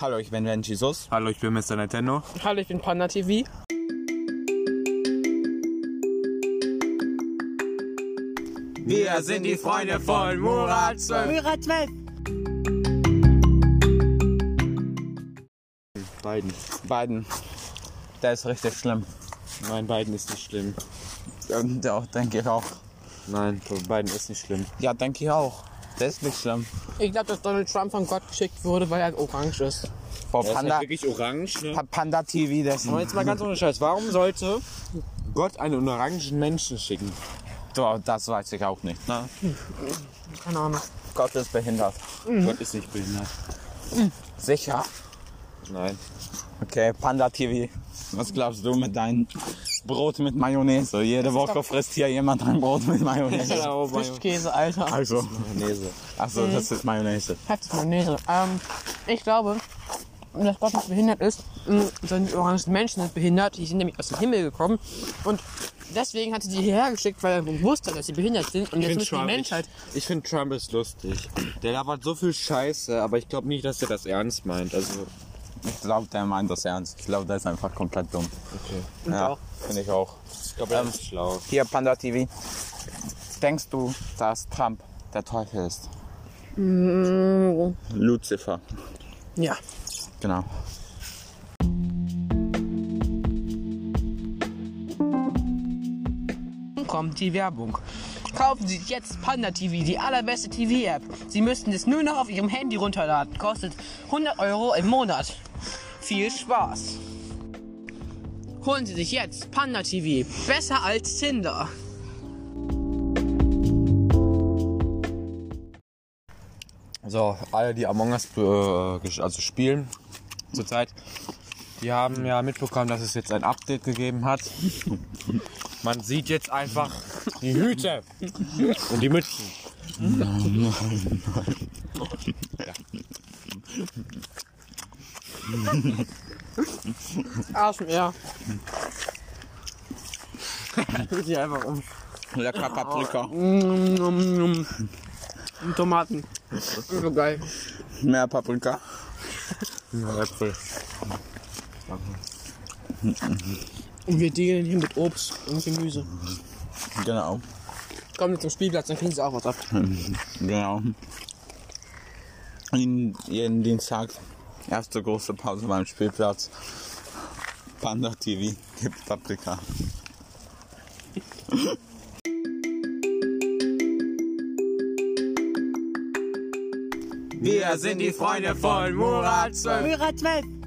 Hallo, ich bin Ben Jesus. Hallo, ich bin Mr. Nintendo. Hallo, ich bin Panda TV. Wir sind die Freunde von Murat 12. Murat 12. Beiden. Biden. Der ist richtig schlimm. Nein, beiden ist nicht schlimm. Und auch, denke ich auch. Nein, von beiden ist nicht schlimm. Ja, denke ich auch. Der ist nicht schlimm. Ich glaube, dass Donald Trump von Gott geschickt wurde, weil er halt orange ist. Boah, Panda, wirklich orange, ne? Pa- Panda TV, der ist Aber jetzt mal ganz ohne Scheiß. Warum sollte Gott einen orangen Menschen schicken? Boah, Das weiß ich auch nicht. Ne? Keine Ahnung. Gott ist behindert. Mhm. Mhm. Gott ist nicht behindert. Sicher. Nein. Okay, Panda TV. Was glaubst du mit deinem Brot mit Mayonnaise? Jede Woche frisst hier jemand ein Brot mit Mayonnaise. oh Frischkäse, Alter. Also, achso, das ist Mayonnaise. Heftig Mayonnaise. Ähm, ich glaube, dass Gott nicht behindert ist, mh, sondern die orangen Menschen sind behindert. Die sind nämlich aus dem Himmel gekommen. Und deswegen hat sie die hierher geschickt, weil er wusste, dass sie behindert sind. Und jetzt muss die Menschheit. Ich, ich finde Trump ist lustig. Der labert so viel Scheiße, aber ich glaube nicht, dass er das ernst meint. Also, Ich glaube, der meint das ernst. Ich glaube, der ist einfach komplett dumm. okay. Ja, finde ich auch. Ich glaube, er ist schlau. Hier, Panda TV. Denkst du, dass Trump der Teufel ist? Mm. Lucifer. Ja. Genau. Nun kommt die Werbung. Kaufen Sie jetzt Panda TV, die allerbeste TV-App. Sie müssten es nur noch auf Ihrem Handy runterladen. Kostet 100 Euro im Monat. Viel Spaß. Holen Sie sich jetzt Panda TV. Besser als Tinder. So, alle, die Among Us äh, gesch- also spielen zurzeit, die haben ja mitbekommen, dass es jetzt ein Update gegeben hat. Man sieht jetzt einfach die Hüte und die Mützen. ASMR. Die einfach um. Lecker Paprika. Um, Tomaten. So geil. Mehr Paprika. Äpfel. Und wir dealen hier mit Obst und Gemüse. Genau. Kommen Sie zum Spielplatz, dann kriegen Sie auch was ab. Genau. Jeden, jeden Dienstag. Erste große Pause beim Spielplatz. Panda TV gibt Paprika. Wir sind die Freunde von Murat 12. Murat 12.